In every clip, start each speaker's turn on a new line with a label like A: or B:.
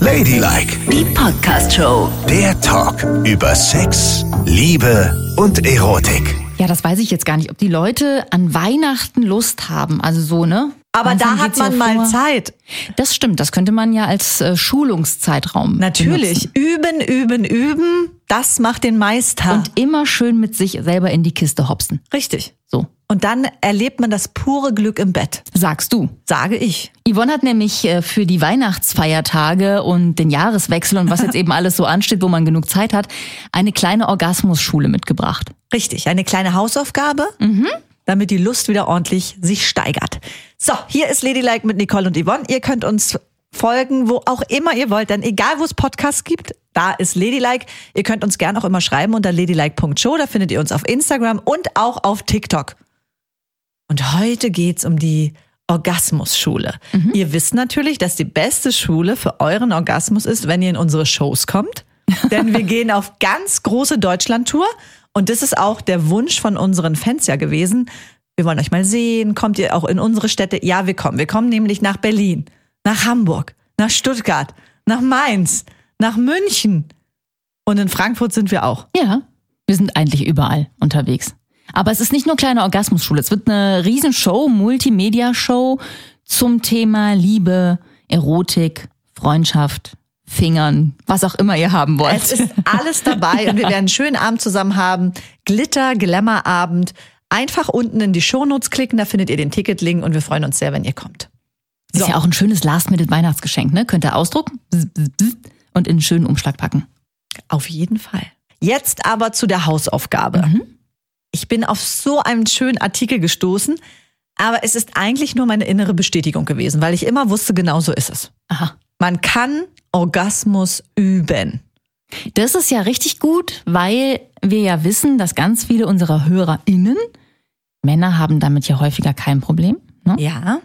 A: Ladylike,
B: Die Podcast-Show.
A: der Talk über Sex, Liebe und Erotik.
C: Ja, das weiß ich jetzt gar nicht, ob die Leute an Weihnachten Lust haben. Also so, ne?
D: Aber
C: Anfang
D: da hat
C: geht's ja
D: man mal
C: vor.
D: Zeit.
C: Das stimmt, das könnte man ja als äh, Schulungszeitraum. benutzen.
D: Natürlich. Üben, üben, üben. Das macht den Meister.
C: Und immer schön mit sich selber in die Kiste hopsen.
D: Richtig.
C: So,
D: Und dann erlebt man das pure Glück im Bett,
C: sagst du.
D: sage ich.
C: Yvonne hat nämlich äh, für die Weihnachtsfeiertage und den Jahreswechsel und was jetzt eben alles so ansteht, wo man genug Zeit hat, eine kleine Orgasmusschule mitgebracht.
D: Richtig, eine kleine Hausaufgabe,
C: Mhm.
D: damit die Lust wieder ordentlich sich steigert. So, hier ist Ladylike mit Nicole und Yvonne. Ihr könnt uns folgen, wo auch immer ihr wollt, denn egal wo es Podcasts gibt, da ist Ladylike. Ihr könnt uns gern auch immer schreiben unter ladylike.show, da findet ihr uns auf Instagram und auch auf TikTok. Und heute geht's um die Orgasmusschule. Ihr wisst natürlich, dass die beste Schule für euren Orgasmus ist, wenn ihr in unsere Shows kommt. Denn wir gehen auf ganz große Deutschlandtour. Und das ist auch der Wunsch von unseren Fans ja gewesen. Wir wollen euch mal sehen. Kommt ihr auch in unsere Städte? Ja, wir kommen. Wir kommen nämlich nach Berlin, nach Hamburg, nach Stuttgart, nach Mainz, nach München. Und in Frankfurt sind wir auch.
C: Ja, wir sind eigentlich überall unterwegs. Aber es ist nicht nur kleine Orgasmusschule, es wird eine Riesenshow, Multimedia-Show zum Thema Liebe, Erotik, Freundschaft, Fingern, was auch immer ihr haben wollt.
D: Es ist alles dabei und wir werden einen schönen Abend zusammen haben. Glitter, Glamour-Abend. Einfach unten in die Shownotes klicken, da findet ihr den Ticketlink und wir freuen uns sehr, wenn ihr kommt.
C: Ist ja auch ein schönes Last-Minute-Weihnachtsgeschenk, ne? Könnt ihr ausdrucken und in einen schönen Umschlag packen.
D: Auf jeden Fall. Jetzt aber zu der Hausaufgabe. Ich bin auf so einen schönen Artikel gestoßen, aber es ist eigentlich nur meine innere Bestätigung gewesen, weil ich immer wusste, genau so ist es.
C: Aha.
D: Man kann Orgasmus üben.
C: Das ist ja richtig gut, weil wir ja wissen, dass ganz viele unserer HörerInnen, Männer haben damit ja häufiger kein Problem, ne?
D: Ja.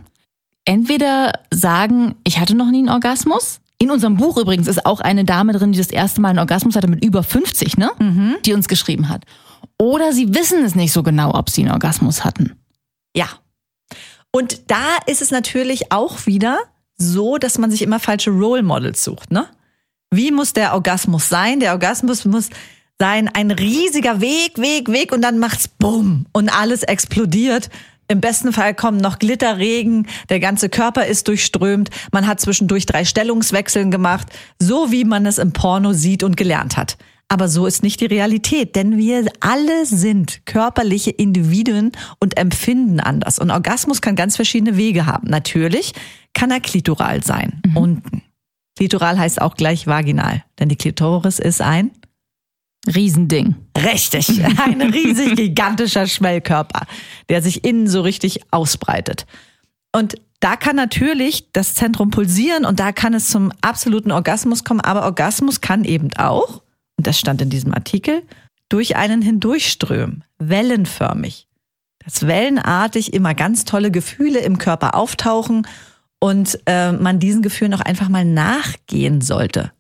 C: entweder sagen, ich hatte noch nie einen Orgasmus. In unserem Buch übrigens ist auch eine Dame drin, die das erste Mal einen Orgasmus hatte mit über 50, ne? Die uns geschrieben hat. Oder sie wissen es nicht so genau, ob sie einen Orgasmus hatten.
D: Ja. Und da ist es natürlich auch wieder so, dass man sich immer falsche Role Models sucht, ne? Wie muss der Orgasmus sein? Der Orgasmus muss sein ein riesiger Weg, Weg, Weg und dann macht's bumm und alles explodiert. Im besten Fall kommen noch Glitterregen, der ganze Körper ist durchströmt, man hat zwischendurch drei Stellungswechseln gemacht, so wie man es im Porno sieht und gelernt hat. Aber so ist nicht die Realität, denn wir alle sind körperliche Individuen und empfinden anders. Und Orgasmus kann ganz verschiedene Wege haben. Natürlich kann er klitoral sein, unten. Klitoral heißt auch gleich vaginal, denn die Klitoris ist ein
C: Riesending.
D: richtig, ein riesig gigantischer Schwellkörper, der sich innen so richtig ausbreitet. Und da kann natürlich das Zentrum pulsieren und da kann es zum absoluten Orgasmus kommen, aber Orgasmus kann eben auch, und das stand in diesem Artikel, durch einen hindurchströmen, wellenförmig. Dass wellenartig immer ganz tolle Gefühle im Körper auftauchen und äh, man diesen Gefühlen auch einfach mal nachgehen sollte.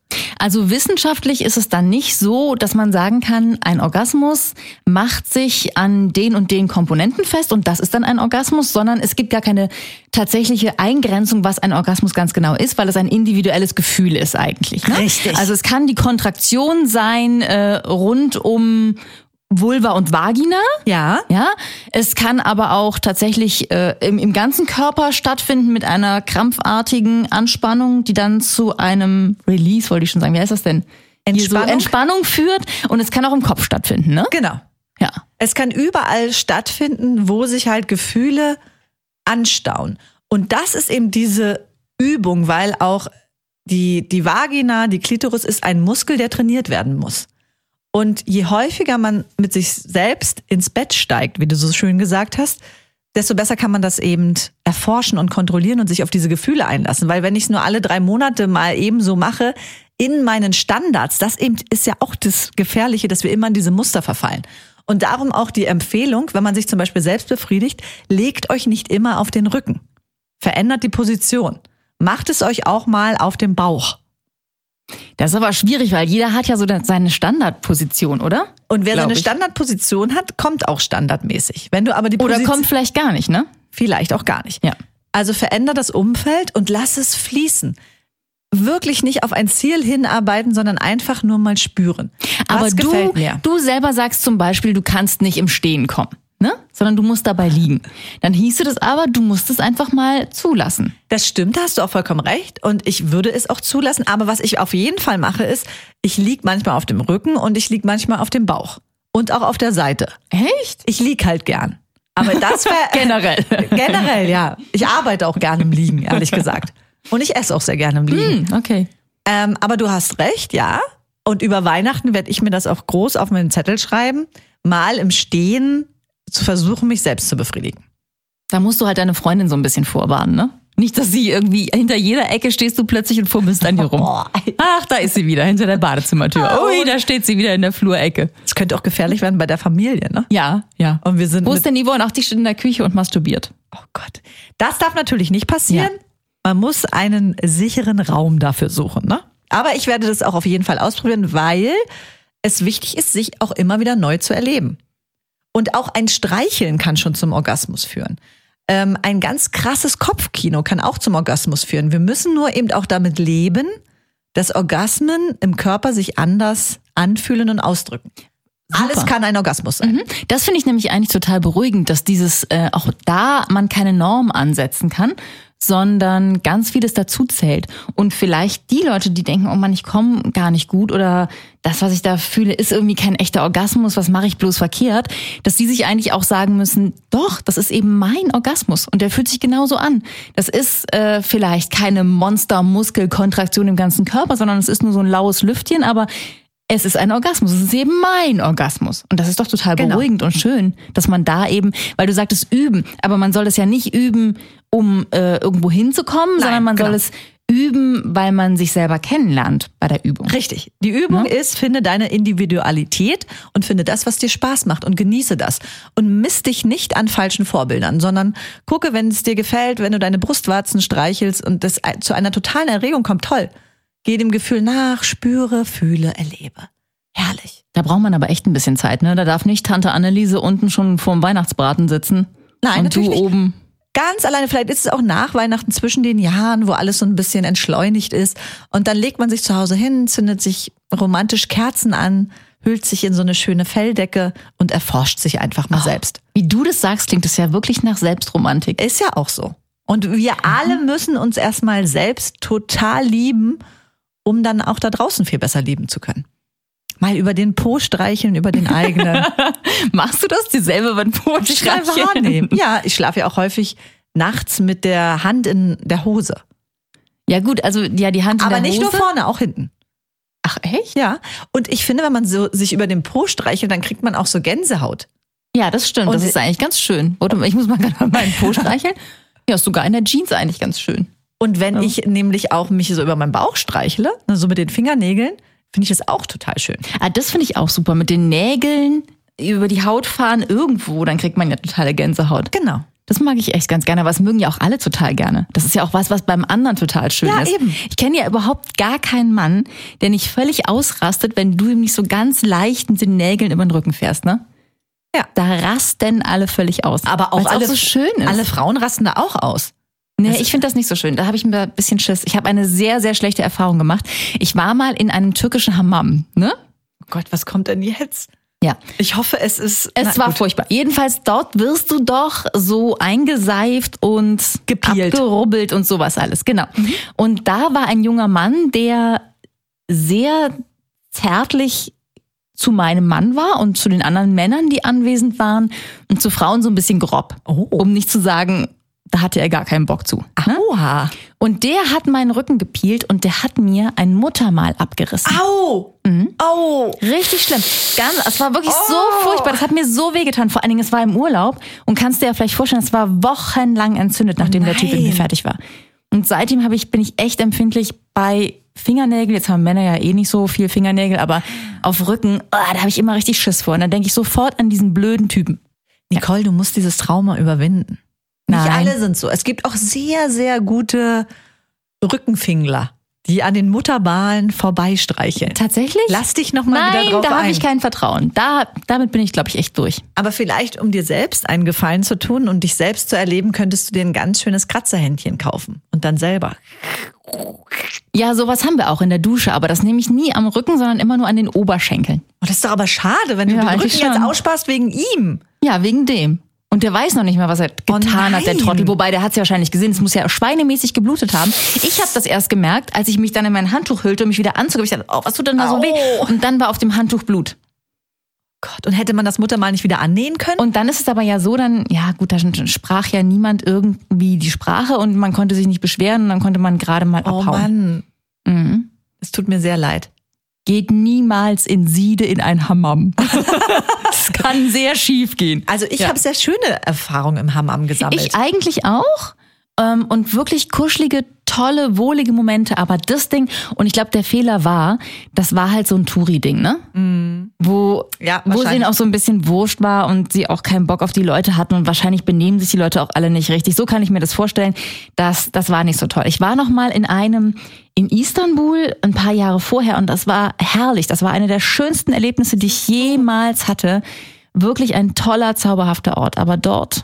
C: Also wissenschaftlich ist es dann nicht so, dass man sagen kann, ein Orgasmus macht sich an den und den Komponenten fest und das ist dann ein Orgasmus, sondern es gibt gar keine tatsächliche Eingrenzung, was ein Orgasmus ganz genau ist, weil es ein individuelles Gefühl ist eigentlich. Ne?
D: Richtig.
C: Also es kann die Kontraktion sein äh, rund um Vulva und Vagina.
D: Ja,
C: Ja, es kann aber auch tatsächlich äh, im, im ganzen Körper stattfinden mit einer krampfartigen Anspannung, die dann zu einem Release, wollte ich schon sagen, wie heißt das denn? Hier
D: Entspannung?
C: So Entspannung führt und es kann auch im Kopf stattfinden, ne?
D: genau.
C: Ja.
D: Es kann überall stattfinden, wo sich halt Gefühle anstauen. Und das ist eben diese Übung, weil auch die, die Vagina, die Klitoris ist ein Muskel, der trainiert werden muss. Und je häufiger man mit sich selbst ins Bett steigt, wie du so schön gesagt hast, desto besser kann man das eben erforschen und kontrollieren und sich auf diese Gefühle einlassen. Weil wenn ich es nur alle drei Monate mal eben so mache, in meinen Standards, das eben ist ja auch das Gefährliche, dass wir immer in diese Muster verfallen. Und darum auch die Empfehlung, wenn man sich zum Beispiel selbst befriedigt, legt euch nicht immer auf den Rücken. Verändert die Position. Macht es euch auch mal auf dem Bauch.
C: Das ist aber schwierig, weil jeder hat ja so seine Standardposition, oder?
D: Und wer
C: Glaub
D: seine
C: ich.
D: Standardposition hat, kommt auch standardmäßig. Wenn du aber die
C: Oder
D: Position
C: kommt vielleicht gar nicht, ne?
D: vielleicht auch gar nicht.
C: Ja.
D: Also veränder das Umfeld und lass es fließen. wirklich nicht auf ein Ziel hinarbeiten, sondern einfach nur mal spüren.
C: Aber
D: Was
C: du,
D: gefällt mir?
C: du selber sagst zum Beispiel, du kannst nicht im Stehen kommen, ne? sondern du musst dabei liegen. Dann hieße das aber, du musst es einfach mal zulassen.
D: Das stimmt, da hast du auch vollkommen recht. Und ich würde es auch zulassen. Aber was ich auf jeden Fall mache, ist, ich lieg manchmal auf dem Rücken und ich lieg manchmal auf dem Bauch. Und auch auf der Seite.
C: Echt? Genau,
D: Ich lieg halt gern. Aber das ver
C: Generell.
D: Generell, ja. Ich arbeite auch gern im Liegen, ehrlich gesagt. Und ich esse auch sehr gern im Liegen.
C: Hm, okay.
D: Ähm, aber du hast recht, ja. Und über Weihnachten werde ich mir das auch groß auf meinen Zettel schreiben, mal im Stehen zu versuchen, mich selbst zu befriedigen.
C: Da musst du halt deine Freundin so ein bisschen vorwarnen, ne? Nicht, dass sie irgendwie hinter jeder Ecke stehst du plötzlich und fummelst an ihr rum. Ach, da ist sie wieder, hinter der Badezimmertür. Ui, da steht sie wieder in der Flurecke.
D: Das könnte auch gefährlich werden bei der Familie, ne?
C: Ja, ja.
D: Und wir sind
C: Wo
D: mit
C: ist denn Yvonne? Ach, die steht in der Küche und masturbiert.
D: Oh Gott. Das darf natürlich nicht passieren. Man muss einen sicheren Raum dafür suchen, ne? Aber ich werde das auch auf jeden Fall ausprobieren, weil es wichtig ist, sich auch immer wieder neu zu erleben. Und auch ein Streicheln kann schon zum Orgasmus führen. Ähm, ein ganz krasses Kopfkino kann auch zum Orgasmus führen. Wir müssen nur eben auch damit leben, dass Orgasmen im Körper sich anders anfühlen und ausdrücken. Alles kann ein Orgasmus sein.
C: Mhm. Das finde ich nämlich eigentlich total beruhigend, dass dieses äh, auch da man keine Norm ansetzen kann, sondern ganz vieles dazu zählt. Und vielleicht die Leute, die denken, oh Mann, ich komme gar nicht gut oder das, was ich da fühle, ist irgendwie kein echter Orgasmus, was mache ich bloß verkehrt, dass die sich eigentlich auch sagen müssen, doch, das ist eben mein Orgasmus und der fühlt sich genauso an. Das ist äh, vielleicht keine Monstermuskelkontraktion im ganzen Körper, sondern es ist nur so ein laues Lüftchen, aber es ist ein Orgasmus, es ist eben mein Orgasmus. Und das ist doch total
D: Genau.
C: beruhigend und schön, dass man da eben, weil du sagtest üben, aber man soll es ja nicht üben, um äh, irgendwo hinzukommen, sondern man soll
D: genau.
C: es üben, weil man sich selber kennenlernt bei der Übung.
D: Richtig. Die Übung ist, finde deine Individualität und finde das, was dir Spaß macht und genieße das. Und misst dich nicht an falschen Vorbildern, sondern gucke, wenn es dir gefällt, wenn du deine Brustwarzen streichelst und das ein- zu einer totalen Erregung kommt, toll. Geh dem Gefühl nach, spüre, fühle, erlebe. Herrlich.
C: Da braucht man aber echt ein bisschen Zeit, ne? Da darf nicht Tante Anneliese unten schon vorm Weihnachtsbraten sitzen.
D: Nein,
C: und du
D: natürlich nicht.
C: oben.
D: Ganz alleine, vielleicht ist es auch nach Weihnachten zwischen den Jahren, wo alles so ein bisschen entschleunigt ist. Und dann legt man sich zu Hause hin, zündet sich romantisch Kerzen an, hüllt sich in so eine schöne Felldecke und erforscht sich einfach mal selbst.
C: Wie du das sagst, klingt es ja wirklich nach Selbstromantik.
D: Ist ja auch so. Und wir
C: Mhm.
D: alle müssen uns erstmal selbst total lieben, um dann auch da draußen viel besser lieben zu können. Mal über den Po streicheln, über den eigenen.
C: Machst du das dir selber beim Po
D: Äh. Ich einfach annehmen. Ja, ich schlafe ja auch häufig nachts mit der Hand in der Hose.
C: Ja gut, also ja, die Hand in
D: Aber
C: der
D: nicht
C: Hose.
D: nur vorne, auch hinten.
C: Ach echt?
D: Ja. Und ich finde, wenn man so sich über den Po streichelt, dann kriegt man auch so Gänsehaut.
C: Ja, das stimmt.
D: Und
C: das ist eigentlich ganz schön. Warte mal, ich muss mal gerade an meinen Po streicheln. Ja, ist sogar in der Jeans eigentlich ganz schön.
D: Und
C: Oh.
D: wenn ich nämlich auch mich so über meinen Bauch streichle, ne, so mit den Fingernägeln, finde ich das auch total schön.
C: Ah, das finde ich auch super. Mit den Nägeln über die Haut fahren irgendwo, dann kriegt man ja totale Gänsehaut.
D: Genau.
C: Das mag ich echt ganz gerne, aber es mögen ja auch alle total gerne. Das ist ja auch was, was beim anderen total schön
D: Ja,
C: ist.
D: eben.
C: Ich kenne ja überhaupt gar keinen Mann, der nicht völlig ausrastet, wenn du ihm nicht so ganz leicht mit den Nägeln über den Rücken fährst, ne?
D: Ja.
C: Da rasten alle völlig aus.
D: Aber auch
C: Weil's
D: alle,
C: so schön ist.
D: alle Frauen rasten da auch aus.
C: Nee, ich finde das nicht so schön. Da habe ich mir ein bisschen Schiss. Ich habe eine sehr, sehr schlechte Erfahrung gemacht. Ich war mal in einem türkischen Hammam, ne?
D: Oh Gott, was kommt denn jetzt?
C: Ja.
D: Ich hoffe, es ist.
C: Es
D: Na,
C: war
D: gut.
C: furchtbar. Jedenfalls dort wirst du doch so eingeseift und
D: Gepielt.
C: abgerubbelt und sowas alles. Genau. Und da war ein junger Mann, der sehr zärtlich zu meinem Mann war und zu den anderen Männern, die anwesend waren und zu Frauen so ein bisschen grob.
D: Oh.
C: Um nicht zu sagen, da hatte er gar keinen Bock zu. ne?
D: Oha.
C: Und der hat meinen Rücken gepielt und der hat mir ein Muttermal abgerissen.
D: Au!
C: Mhm.
D: Au!
C: Richtig schlimm. Ganz, es war wirklich
D: Oh.
C: so furchtbar. Das hat mir so wehgetan. Vor allen Dingen, es war im Urlaub. Und kannst dir ja vielleicht vorstellen, es war wochenlang entzündet, nachdem der Typ mit mir
D: nein.
C: fertig war. Und seitdem habe ich, bin ich echt empfindlich bei Fingernägel. Jetzt haben Männer ja eh nicht so viel Fingernägel, aber auf Rücken, ah, da habe ich immer richtig Schiss vor. Und dann denke ich sofort an diesen blöden Typen.
D: Nicole, du musst dieses Trauma überwinden. Nicht
C: Nein.
D: alle sind so. Es gibt auch sehr, sehr gute Rückenfingler, die an den Mutterbahlen vorbeistreicheln.
C: Tatsächlich?
D: Lass dich nochmal wieder
C: Nein,
D: drauf
C: da habe
D: ein.
C: ich kein Vertrauen. Da, damit bin ich, glaube ich, echt durch.
D: Aber vielleicht, um dir selbst einen Gefallen zu tun und dich selbst zu erleben, könntest du dir ein ganz schönes Kratzerhändchen kaufen und dann selber.
C: Ja, sowas haben wir auch in der Dusche, aber das nehme ich nie am Rücken, sondern immer nur an den Oberschenkeln.
D: Oh, das ist doch aber schade, wenn du
C: Ja,
D: den Rücken
C: eigentlich
D: jetzt
C: schon.
D: aussparst wegen ihm.
C: Ja, wegen dem. Und der weiß noch nicht mal, was er
D: Oh
C: getan hat, der
D: nein.
C: Trottel. Wobei, der hat es ja wahrscheinlich gesehen. Es muss ja schweinemäßig geblutet haben. Ich habe das erst gemerkt, als ich mich dann in mein Handtuch hüllte und mich wieder anzog. Ich dachte, oh, was tut denn da so
D: Au.
C: weh? Und dann war auf dem Handtuch Blut.
D: Gott, und hätte man das Muttermal nicht wieder annähen können?
C: Und dann ist es aber ja so, dann, ja gut, da sprach ja niemand irgendwie die Sprache und man konnte sich nicht beschweren und dann konnte man gerade mal
D: oh
C: abhauen.
D: Mann,
C: Mhm.
D: es tut mir sehr leid.
C: Geht niemals in Siede in ein Hammam. das kann sehr schief gehen.
D: Also ich
C: Ja.
D: habe sehr schöne Erfahrungen im Hammam gesammelt.
C: Ich eigentlich auch. Ähm, und wirklich kuschelige, tolle, wohlige Momente. Aber das Ding, und ich glaube, der Fehler war, das war halt so ein Touri-Ding, ne? Wo,
D: Ja,
C: wo es
D: wahrscheinlich.
C: ihnen auch so ein bisschen wurscht war und sie auch keinen Bock auf die Leute hatten und wahrscheinlich benehmen sich die Leute auch alle nicht richtig. So kann ich mir das vorstellen. Das, das war nicht so toll. Ich war noch mal in einem in Istanbul ein paar Jahre vorher und das war herrlich. Das war eine der schönsten Erlebnisse, die ich jemals hatte. Wirklich ein toller, zauberhafter Ort. Aber dort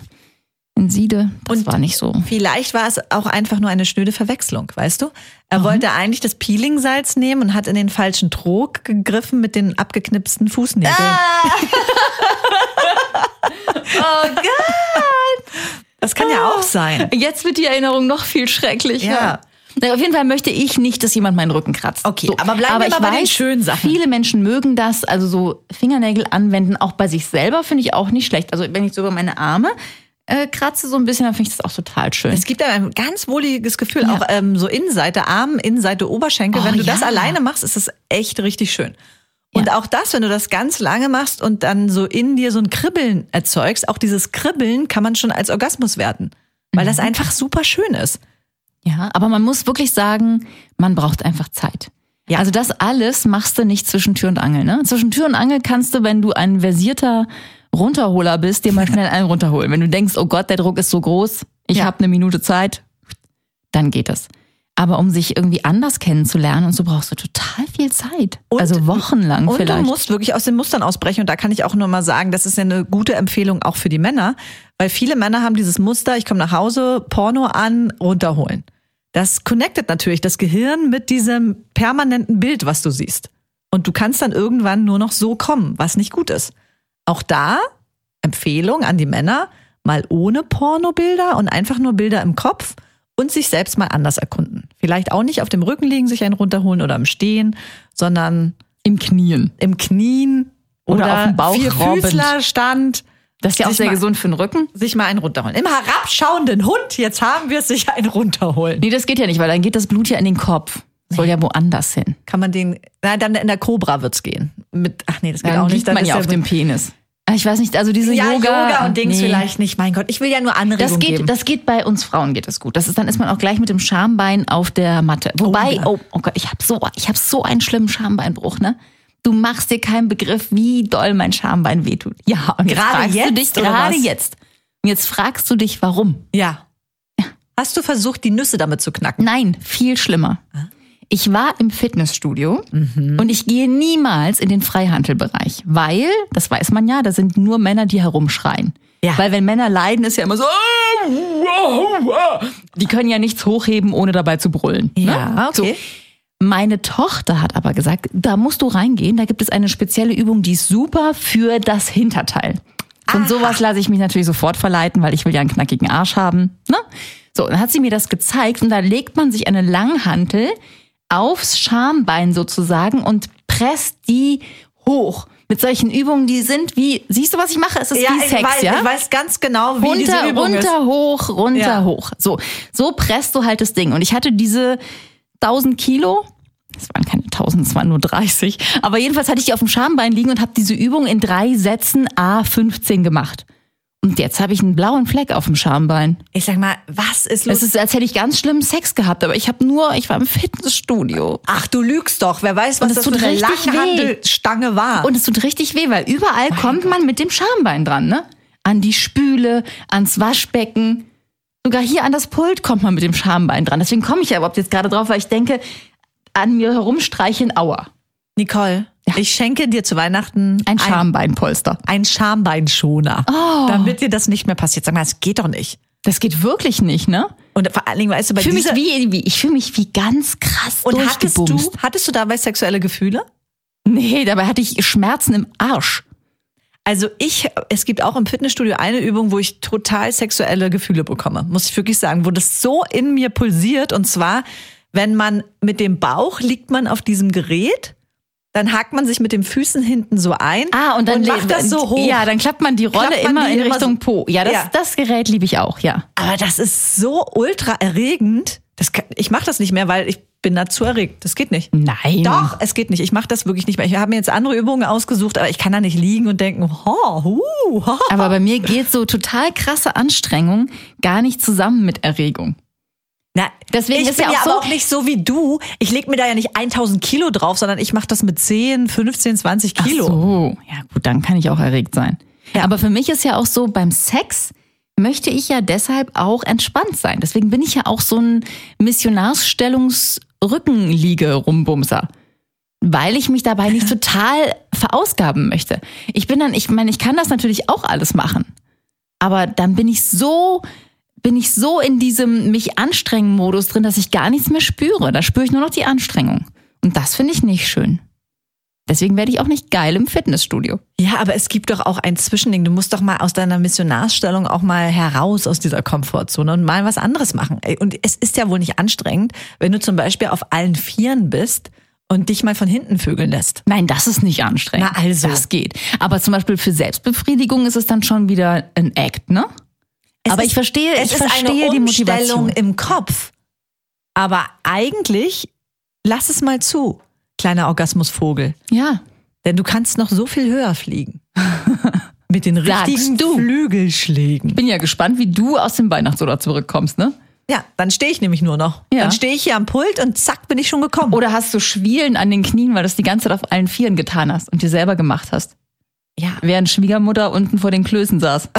C: in Siede, das
D: Und-
C: war nicht so.
D: Vielleicht war es auch einfach nur eine schnöde Verwechslung, weißt du? Er
C: Mhm.
D: wollte eigentlich das Peelingsalz nehmen und hat in den falschen Trog gegriffen mit den abgeknipsten Fußnägeln.
C: Ah! Oh Gott!
D: Das kann
C: Ah!
D: ja auch sein.
C: Jetzt wird die Erinnerung noch viel schrecklicher.
D: Ja.
C: Na, auf jeden Fall möchte ich nicht, dass jemand meinen Rücken kratzt.
D: Okay, aber bleiben wir
C: ich
D: mal bei den
C: weiß,
D: schönen Sachen.
C: Viele Menschen mögen das, also so Fingernägel anwenden, auch bei sich selber finde ich auch nicht schlecht. Also wenn ich so über meine Arme äh, kratze so ein bisschen, dann finde ich das auch total schön.
D: Es gibt einem ein ganz wohliges Gefühl,
C: Ja.
D: auch ähm, so Innenseite, Arm, Innenseite, Oberschenkel.
C: Oh,
D: wenn du das
C: ja.
D: alleine machst, ist es echt richtig schön. Und auch das, wenn du das ganz lange machst und dann so in dir so ein Kribbeln erzeugst, auch dieses Kribbeln kann man schon als Orgasmus werten,
C: Mhm.
D: weil das einfach super schön ist.
C: Ja, aber man muss wirklich sagen, man braucht einfach Zeit.
D: Ja.
C: Ja. Also das alles machst du nicht zwischen Tür und Angel. Ne? Zwischen Tür und Angel kannst du, wenn du ein versierter Runterholer bist, dir mal schnell einen runterholen. Wenn du denkst, oh Gott, der Druck ist so groß, ich
D: Ja.
C: hab habe eine Minute Zeit, dann geht das. Aber um sich irgendwie anders kennenzulernen und so brauchst du total viel Zeit.
D: Und-
C: also wochenlang
D: Und
C: vielleicht.
D: du musst wirklich aus den Mustern ausbrechen. Und da kann ich auch nur mal sagen, das ist ja eine gute Empfehlung auch für die Männer, weil viele Männer haben dieses Muster, ich komme nach Hause, Porno an, runterholen. Das connectet natürlich das Gehirn mit diesem permanenten Bild, was du siehst. Und du kannst dann irgendwann nur noch so kommen, was nicht gut ist. Auch da Empfehlung an die Männer, mal ohne Pornobilder und einfach nur Bilder im Kopf und sich selbst mal anders erkunden. Vielleicht auch nicht auf dem Rücken liegen, sich einen runterholen oder im Stehen, sondern
C: Im Knien.
D: im Knien oder,
C: Oder auf dem Bauch
D: Vierfüßlerstand.
C: Das ist ja auch
D: Sich
C: sehr
D: mal-
C: gesund für den Rücken.
D: Sich mal einen runterholen. Im herabschauenden Hund, jetzt haben wir es, sich einen runterholen.
C: Nee, das geht ja nicht, weil dann geht das Blut ja in den Kopf. Soll ja woanders hin.
D: Kann man den, nein, dann in der Cobra wird's gehen. Mit, ach nee, das geht
C: Dann
D: auch nicht.
C: liegt
D: Dann
C: man
D: ist
C: ja
D: der-
C: auf dem Penis. Ah, Ich weiß nicht, also diese
D: ja,
C: Yoga,
D: Yoga, und Dings
C: nee.
D: vielleicht nicht. Mein Gott, ich will ja nur Anregungen
C: Das geht,
D: geben.
C: das geht bei uns Frauen geht das gut. Das ist, dann ist man auch gleich mit dem Schambein auf der Matte. Wobei,
D: ja.
C: oh, oh Gott, ich habe so, ich hab so einen schlimmen Schambeinbruch, ne? Du machst dir keinen Begriff, wie doll mein Schambein wehtut. Ja, und
D: Gerade
C: fragst du
D: jetzt,
C: dich
D: oder
C: gerade
D: was?
C: jetzt. Und jetzt fragst du dich, warum?
D: ja. Hast du versucht, die Nüsse damit zu knacken?
C: Nein, viel schlimmer. Ich war im Fitnessstudio und ich gehe niemals in den Freihandelbereich, weil, das weiß man ja, da sind nur Männer, die herumschreien.
D: Ja.
C: Weil wenn Männer leiden, ist ja immer so, "Ah, wow, wow." die können ja nichts hochheben, ohne dabei zu brüllen. ne? So. Meine Tochter hat aber gesagt, da musst du reingehen, da gibt es eine spezielle Übung, die ist super für das Hinterteil. Und sowas lasse ich mich natürlich sofort verleiten, weil ich will ja einen knackigen Arsch haben. Ne? So, dann hat sie mir das gezeigt und da legt man sich eine Langhantel aufs Schambein sozusagen und presst die hoch. Mit solchen Übungen, die sind wie, siehst du, was ich mache? Es ist
D: Ja,
C: wie
D: ich,
C: Sex,
D: weiß,
C: ja?
D: ich weiß ganz genau, wie diese
C: runter,
D: Übung ist.
C: runter, hoch, runter,
D: Ja.
C: hoch. So, so presst du halt das Ding. Und ich hatte diese 1000 Kilo. Es waren keine 1000, es waren nur 30. Aber jedenfalls hatte ich die auf dem Schambein liegen und habe diese Übung in drei Sätzen A15 gemacht. Und jetzt habe ich einen blauen Fleck auf dem Schambein.
D: Ich sag mal, was ist los?
C: Es ist, als hätte ich ganz schlimmen Sex gehabt, aber ich habe nur, ich war im Fitnessstudio.
D: Ach, du lügst doch. Wer weiß, was
C: es
D: das für
C: tut
D: eine
C: richtig
D: Langhandelstange war.
C: Und es tut richtig weh, weil überall kommt man mit dem Schambein dran, ne? An die Spüle, ans Waschbecken. Sogar hier an das Pult kommt man mit dem Schambein dran. Deswegen komme ich ja überhaupt jetzt gerade drauf, weil ich denke, an mir herumstreichen, aua.
D: Nicole, ich schenke dir zu Weihnachten
C: Ein Oh. Schambeinpolster.
D: ein Schambeinschoner, damit dir das nicht mehr passiert. Sag mal, das geht doch nicht.
C: Das geht wirklich nicht, ne?
D: Und vor allen Dingen, weißt du, bei
C: Ich fühle mich
D: dieser...
C: wie, wie, ich fühl mich wie ganz krass
D: und hattest
C: durchgebumst.
D: du, hattest du dabei sexuelle Gefühle?
C: Nee, dabei hatte ich Schmerzen im Arsch.
D: Also ich, es gibt auch im Fitnessstudio eine Übung, wo ich total sexuelle Gefühle bekomme, muss ich wirklich sagen, wo das so in mir pulsiert und zwar, wenn man mit dem Bauch liegt man auf diesem Gerät, dann hakt man sich mit den Füßen hinten so ein
C: Ah, und dann
D: macht das so hoch.
C: Ja, dann klappt man die Rolle
D: Klappt man
C: immer
D: die
C: in
D: immer
C: Richtung
D: so-
C: Po. Ja, das,
D: Ja.
C: das Gerät liebe ich auch, ja.
D: Aber das ist so ultra erregend. Das kann, ich mache das nicht mehr, weil ich bin dazu erregt. Das geht nicht.
C: Nein.
D: Doch, es geht nicht. Ich mache das wirklich nicht mehr. Ich habe mir jetzt andere Übungen ausgesucht, aber ich kann da nicht liegen und denken, ho, hu, ho.
C: Aber bei mir geht so total krasse Anstrengung gar nicht zusammen mit Erregung.
D: Na,
C: Deswegen
D: ich
C: ist
D: bin
C: ja
D: ja,
C: auch so-
D: aber auch nicht so wie du. Ich lege mir da ja nicht 1000 Kilo drauf, sondern ich mache das mit 10, 15, 20 Kilo.
C: Ach so. Ja, gut, dann kann ich auch erregt sein.
D: Ja.
C: Aber für mich ist ja auch so, beim Sex möchte ich ja deshalb auch entspannt sein. Deswegen bin ich ja auch so ein Missionarsstellungsrückenliege-Rumbumser. Weil ich mich dabei nicht total verausgaben möchte. Ich bin dann, ich meine, ich kann das natürlich auch alles machen. Aber dann bin ich so, bin ich so in diesem mich anstrengen Modus drin, dass ich gar nichts mehr spüre. Da spüre ich nur noch die Anstrengung. Und das finde ich nicht schön. Deswegen werde ich auch nicht geil im Fitnessstudio.
D: Ja, aber es gibt doch auch ein Zwischending. Du musst doch mal aus deiner Missionarsstellung auch mal heraus aus dieser Komfortzone und mal was anderes machen. Ey, Und es ist ja wohl nicht anstrengend, wenn du zum Beispiel auf allen Vieren bist und dich mal von hinten vögeln lässt.
C: Nein, das ist nicht anstrengend.
D: Na also.
C: Das geht. Aber zum Beispiel für Selbstbefriedigung ist es dann schon wieder ein Act, ne?
D: Es
C: Aber
D: ist-
C: ich verstehe,
D: es
C: ich
D: ist
C: verstehe
D: eine
C: die
D: Umstellung
C: Motivation.
D: im Kopf. Aber eigentlich lass es mal zu, kleiner Orgasmusvogel.
C: Ja.
D: Denn du kannst noch so viel höher fliegen. Mit den
C: Sagst
D: richtigen
C: du.
D: Flügelschlägen.
C: Bin ja gespannt, wie du aus dem Weihnachtsurlaub zurückkommst, ne?
D: Ja, dann stehe ich nämlich nur noch.
C: Ja.
D: Dann stehe ich hier am Pult und zack bin ich schon gekommen.
C: Oder hast du Schwielen an den Knien, weil du es die ganze Zeit auf allen Vieren getan hast und dir selber gemacht hast?
D: ja,
C: Während Schwiegermutter unten vor den Klößen saß.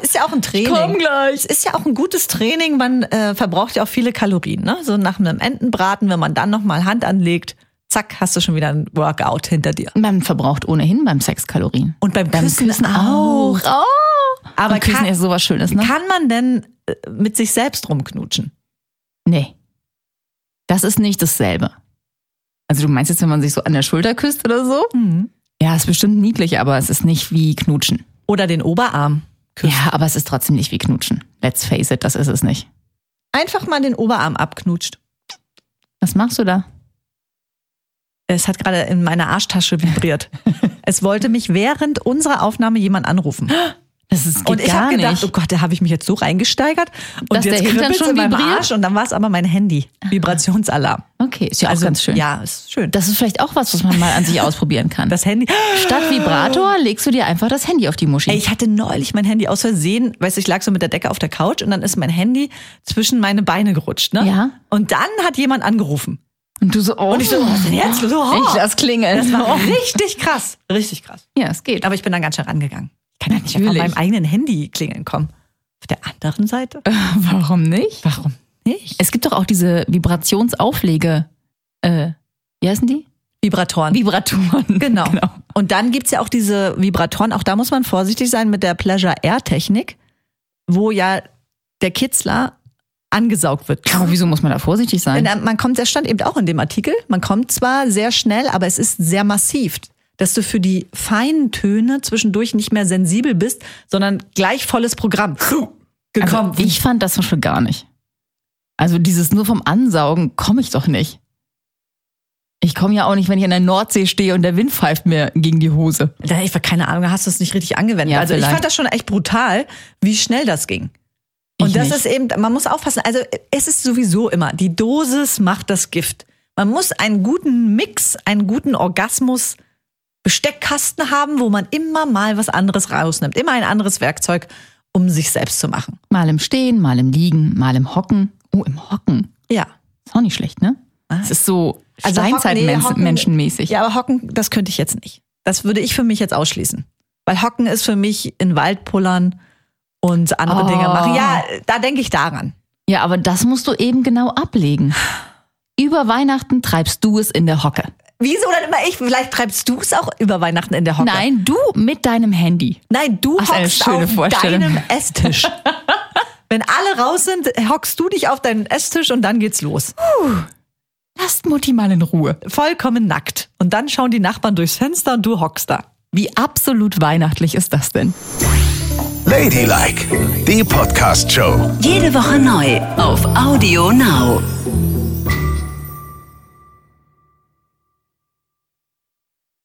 D: ist ja auch ein Training.
C: gleich.
D: Es ist ja auch ein gutes Training. Man äh, verbraucht ja auch viele Kalorien. Ne? So nach einem Entenbraten, wenn man dann noch mal Hand anlegt, zack, hast du schon wieder ein Workout hinter dir.
C: Man verbraucht ohnehin beim Sex Kalorien.
D: Und beim Küssen, auch.
C: auch. Oh.
D: Aber
C: Und Küssen
D: kann-
C: ist sowas Schönes, ne?
D: Kann man denn äh, mit sich selbst rumknutschen?
C: Nee. Das ist nicht dasselbe. Also du meinst jetzt, wenn man sich so an der Schulter küsst oder so? Ja, ist bestimmt niedlich, aber es ist nicht wie Knutschen.
D: Oder den Oberarm?
C: Ja, aber es ist trotzdem nicht wie Knutschen. Let's face it, das ist es nicht.
D: Einfach mal den Oberarm abknutscht.
C: Was machst du da?
D: Es hat gerade in meiner Arschtasche vibriert. es wollte mich während unserer Aufnahme jemand anrufen.
C: Das ist, geht
D: und ich
C: gar
D: habe gedacht,
C: nicht.
D: oh Gott, da habe ich mich jetzt so reingesteigert und
C: Dass der
D: jetzt
C: Hintern
D: kribbelt's
C: schon
D: in meinem
C: vibriert?
D: Arsch und dann war es aber mein Handy. Vibrationsalarm. Also,
C: Okay, ist ja auch ganz schön.
D: Ja, ist schön.
C: Das ist vielleicht auch was, was man mal an sich ausprobieren kann.
D: das Handy.
C: Statt Vibrator legst du dir einfach das Handy auf die Muschi.
D: Ey, ich hatte neulich mein Handy aus Versehen, weißt du, ich lag so mit der Decke auf der Couch und dann ist mein Handy zwischen meine Beine gerutscht, ne?
C: Ja.
D: Und dann hat jemand angerufen.
C: und du so, oh,
D: Und ich so, was ist denn jetzt? los? Oh.
C: ich lass klingeln.
D: das war richtig krass. Richtig krass.
C: ja, es geht.
D: Aber ich bin dann ganz schnell rangegangen. Ich kann ja nicht von
C: Natürlich.
D: meinem eigenen Handy klingeln kommen. Auf der anderen Seite?
C: warum nicht?
D: Äh, Warum nicht?
C: Es gibt doch auch diese Vibrationsauflege. Äh, wie heißen die?
D: Vibratoren.
C: Vibratoren.
D: genau. Und dann gibt's ja auch diese Vibratoren, auch da muss man vorsichtig sein mit der Pleasure Air Technik, wo ja der Kitzler angesaugt wird.
C: Aber wieso muss man da vorsichtig sein?
D: Denn, äh, man kommt, das stand eben auch in dem Artikel, man kommt zwar sehr schnell, aber es ist sehr massiv, dass du für die feinen Töne zwischendurch nicht mehr sensibel bist, sondern gleich volles Programm gekommen.
C: Also, ich fand das zum Beispiel gar nicht. Also dieses nur vom Ansaugen komme ich doch nicht. Ich komme ja auch nicht, wenn ich an der Nordsee stehe und der Wind pfeift mir gegen die Hose.
D: Da, ich war keine Ahnung, hast du es nicht richtig angewendet.
C: Ja,
D: also ich
C: vielleicht.
D: fand das schon echt brutal, wie schnell das ging.
C: Ich
D: Und das
C: nicht.
D: ist eben, man muss aufpassen. Also es ist sowieso immer, die Dosis macht das Gift. Man muss einen guten Mix, einen guten Orgasmus, Besteckkasten haben, wo man immer mal was anderes rausnimmt. Immer ein anderes Werkzeug, um sich selbst zu machen.
C: Mal im Stehen, mal im Liegen, mal im Hocken. Oh, im Hocken.
D: Ja.
C: Ist auch nicht schlecht, ne? Es ist so
D: Ah. Also Hocken- nee, Hocken-
C: Steinzeitmenschenmäßig.
D: Ja, aber hocken, das könnte ich jetzt nicht. Das würde ich für mich jetzt ausschließen. Weil hocken ist für mich in Wald pullern und andere
C: Oh.
D: Dinge machen. Ja, da denke ich daran.
C: ja, aber das musst du eben genau ablegen. Über Weihnachten treibst du es in der Hocke.
D: Wieso dann immer ich? Vielleicht treibst du es auch über Weihnachten in der Hocke.
C: Nein, du mit deinem Handy.
D: Nein, du
C: Ach, eine
D: hockst
C: schöne
D: auf
C: Vorstellung.
D: deinem Esstisch. Wenn alle raus sind, hockst du dich auf deinen Esstisch und dann geht's los.
C: Lasst Mutti mal in Ruhe.
D: Vollkommen nackt. Und dann schauen die Nachbarn durchs Fenster und du hockst da.
C: Wie absolut weihnachtlich ist das denn?
A: Ladylike, die Podcast-Show.
B: Jede Woche neu auf Audio Now.